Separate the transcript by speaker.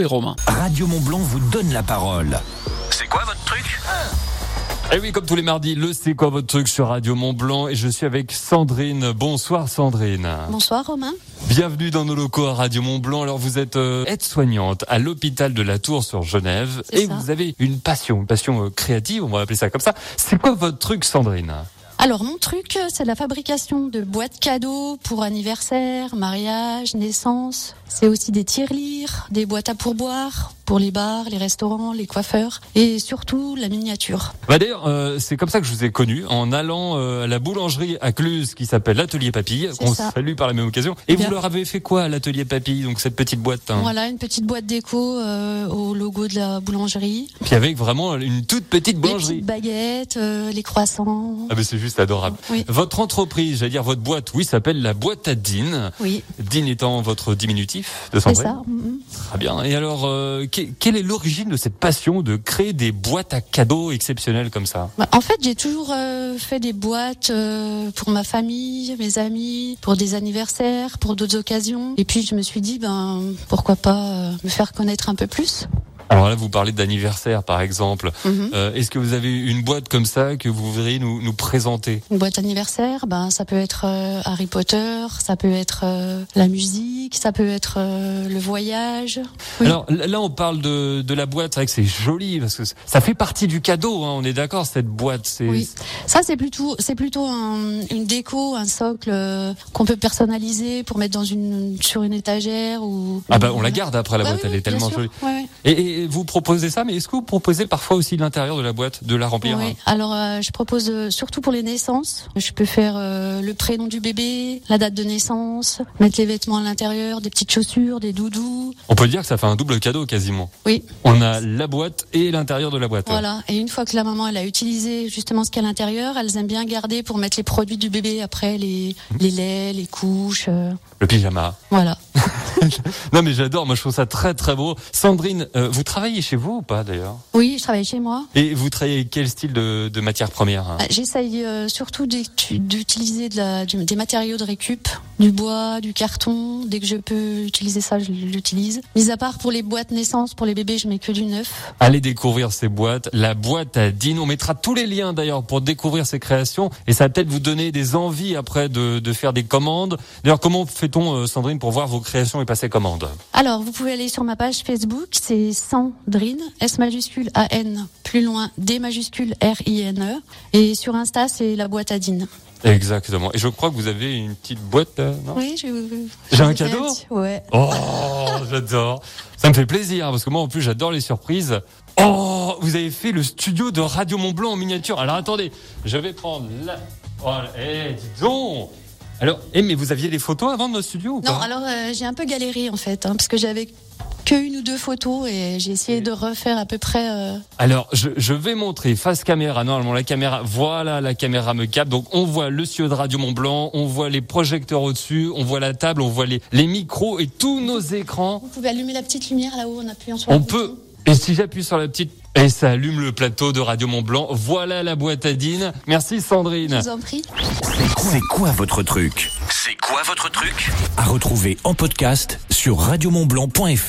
Speaker 1: Et Romain.
Speaker 2: Radio Montblanc vous donne la parole.
Speaker 3: C'est quoi votre truc
Speaker 1: Et Eh oui, comme tous les mardis, le C'est quoi votre truc sur Radio Mont Blanc et je suis avec Sandrine. Bonsoir Sandrine.
Speaker 4: Bonsoir Romain.
Speaker 1: Bienvenue dans nos locaux à Radio Mont Blanc. Alors vous êtes euh, aide-soignante à l'hôpital de la Tour sur Genève
Speaker 4: C'est
Speaker 1: et
Speaker 4: ça.
Speaker 1: vous avez une passion, une passion euh, créative, on va appeler ça comme ça. C'est quoi votre truc Sandrine
Speaker 4: Alors mon truc, euh, c'est la fabrication de boîtes cadeaux pour anniversaire, mariage, naissance. C'est aussi des tirelires, des boîtes à pourboire pour les bars, les restaurants, les coiffeurs et surtout la miniature.
Speaker 1: bah D'ailleurs, euh, c'est comme ça que je vous ai connu en allant euh, à la boulangerie à Cluse qui s'appelle l'Atelier Papille.
Speaker 4: C'est
Speaker 1: On
Speaker 4: ça. Eh
Speaker 1: se salue par la même occasion. Et
Speaker 4: Bien.
Speaker 1: vous leur avez fait quoi à l'Atelier Papille, donc cette petite boîte hein
Speaker 4: Voilà une petite boîte déco euh, au logo de la boulangerie.
Speaker 1: Puis avec vraiment une toute petite
Speaker 4: Les
Speaker 1: boulangerie.
Speaker 4: petites baguettes, euh, les croissants.
Speaker 1: Ah mais c'est juste adorable.
Speaker 4: Oui.
Speaker 1: Votre entreprise, j'allais dire votre boîte, oui, s'appelle la boîte à Dine.
Speaker 4: Oui,
Speaker 1: Dine étant votre diminutif de
Speaker 4: c'est
Speaker 1: Sandrine.
Speaker 4: ça. mhm.
Speaker 1: Très bien. Et alors, euh, que- quelle est l'origine de cette passion de créer des boîtes à cadeaux exceptionnelles comme ça
Speaker 4: Bah, En fait, j'ai toujours euh, fait des boîtes euh, pour ma famille, mes amis, pour des anniversaires, pour d'autres occasions. Et puis je me suis dit, ben pourquoi pas euh, me faire connaître un peu plus.
Speaker 1: Alors là, vous parlez d'anniversaire, par exemple.
Speaker 4: Mhm.
Speaker 1: Euh, Est-ce que vous avez une boîte comme ça que vous voudriez nous, nous présenter
Speaker 4: Une boîte anniversaire, ben ça peut être euh, Harry Potter, ça peut être euh, la musique, ça peut être euh, le voyage. Oui.
Speaker 1: Alors l- là, on parle de, de la boîte. C'est vrai que c'est joli parce que c- ça fait partie du cadeau. hein, on est d'accord. Cette boîte, c'est
Speaker 4: Oui, ça c'est plutôt c'est plutôt un- une déco, un socle euh, qu'on peut personnaliser pour mettre dans une sur une étagère ou
Speaker 1: ah bah on la garde après la
Speaker 4: Bah
Speaker 1: boîte.
Speaker 4: oui,
Speaker 1: Elle
Speaker 4: oui,
Speaker 1: est
Speaker 4: bien
Speaker 1: tellement
Speaker 4: sûr.
Speaker 1: jolie.
Speaker 4: Ouais, ouais.
Speaker 1: Et, et vous proposez ça, mais est-ce que vous proposez parfois aussi l'intérieur de la boîte, de la remplir
Speaker 4: Oui. Alors, euh, je propose euh, surtout pour les naissances. Je peux faire euh, le prénom du bébé, la date de naissance, mettre les vêtements à l'intérieur, des petites chaussures, des doudous.
Speaker 1: On peut dire que ça fait un double cadeau quasiment.
Speaker 4: Oui,
Speaker 1: On a la boîte et l'intérieur de la boîte.
Speaker 4: voilà. Et une fois que la maman elle a utilisé justement ce qu'il y a à l'intérieur, elles aiment bien garder pour mettre les produits du bébé après les les laits, les couches, euh,
Speaker 1: Le pyjama.
Speaker 4: voilà.
Speaker 1: Non mais j'adore, moi je trouve ça très très beau. Sandrine, euh, vous travaillez chez vous ou pas d'ailleurs
Speaker 4: Oui, je travaille chez moi.
Speaker 1: Et vous travaillez quel style de, de matière première hein
Speaker 4: Ah, J'essaye euh, surtout d'étu- d'utiliser de la- du- des matériaux de récup, du bois, du carton. Dès que je peux utiliser ça, je l'utilise. Mis à part pour les boîtes naissance, pour les bébés, je mets que du neuf.
Speaker 1: Allez découvrir ces boîtes, la boîte à Dine. On mettra tous les liens d'ailleurs pour découvrir ces créations et ça va peut-être vous donner des envies après de, de faire des commandes. D'ailleurs comment fait-on euh, Sandrine pour voir vos créations et passer commande
Speaker 4: Alors, vous pouvez aller sur ma page Facebook, c'est Sandrine, S majuscule A-N, plus loin D majuscule R-I-N-E. E. Et sur Insta, c'est la boîte à dînes.
Speaker 1: Exactement. Et je crois que vous avez une petite boîte là, non
Speaker 4: Oui, je...
Speaker 1: J'ai un cadeau
Speaker 4: Ouais.
Speaker 1: Oh, j'adore. Ça me fait plaisir hein, parce que moi en plus j'adore les surprises. Oh, vous avez fait le studio de Radio Mont Blanc en miniature. Alors attendez, je vais prendre la. Oh, eh, dis donc. Alors, eh, mais vous aviez les photos avant de notre studio ou pas
Speaker 4: Non, alors euh, j'ai un peu galéré en fait, hein, parce que j'avais que une ou deux photos et j'ai essayé de refaire à peu près... euh,
Speaker 1: Alors, je, je vais montrer face caméra. Normalement, la caméra, voilà, la caméra me capte. Donc, on voit le studio de Radio Mont Blanc, on voit les projecteurs au-dessus, on voit la table, on voit les, les micros et tous nos écrans.
Speaker 4: Vous pouvez allumer la petite lumière là-haut en appuyant sur le
Speaker 1: On
Speaker 4: bouton.
Speaker 1: peut. Et si j'appuie sur la petite. Et ça allume le plateau de Radio Mont Blanc. Voilà la boîte à dînes. Merci
Speaker 4: Je
Speaker 1: Sandrine.
Speaker 4: vous en prie.
Speaker 2: C'est quoi votre truc
Speaker 3: C'est quoi votre truc
Speaker 2: À retrouver en podcast sur radiomontblanc.fr.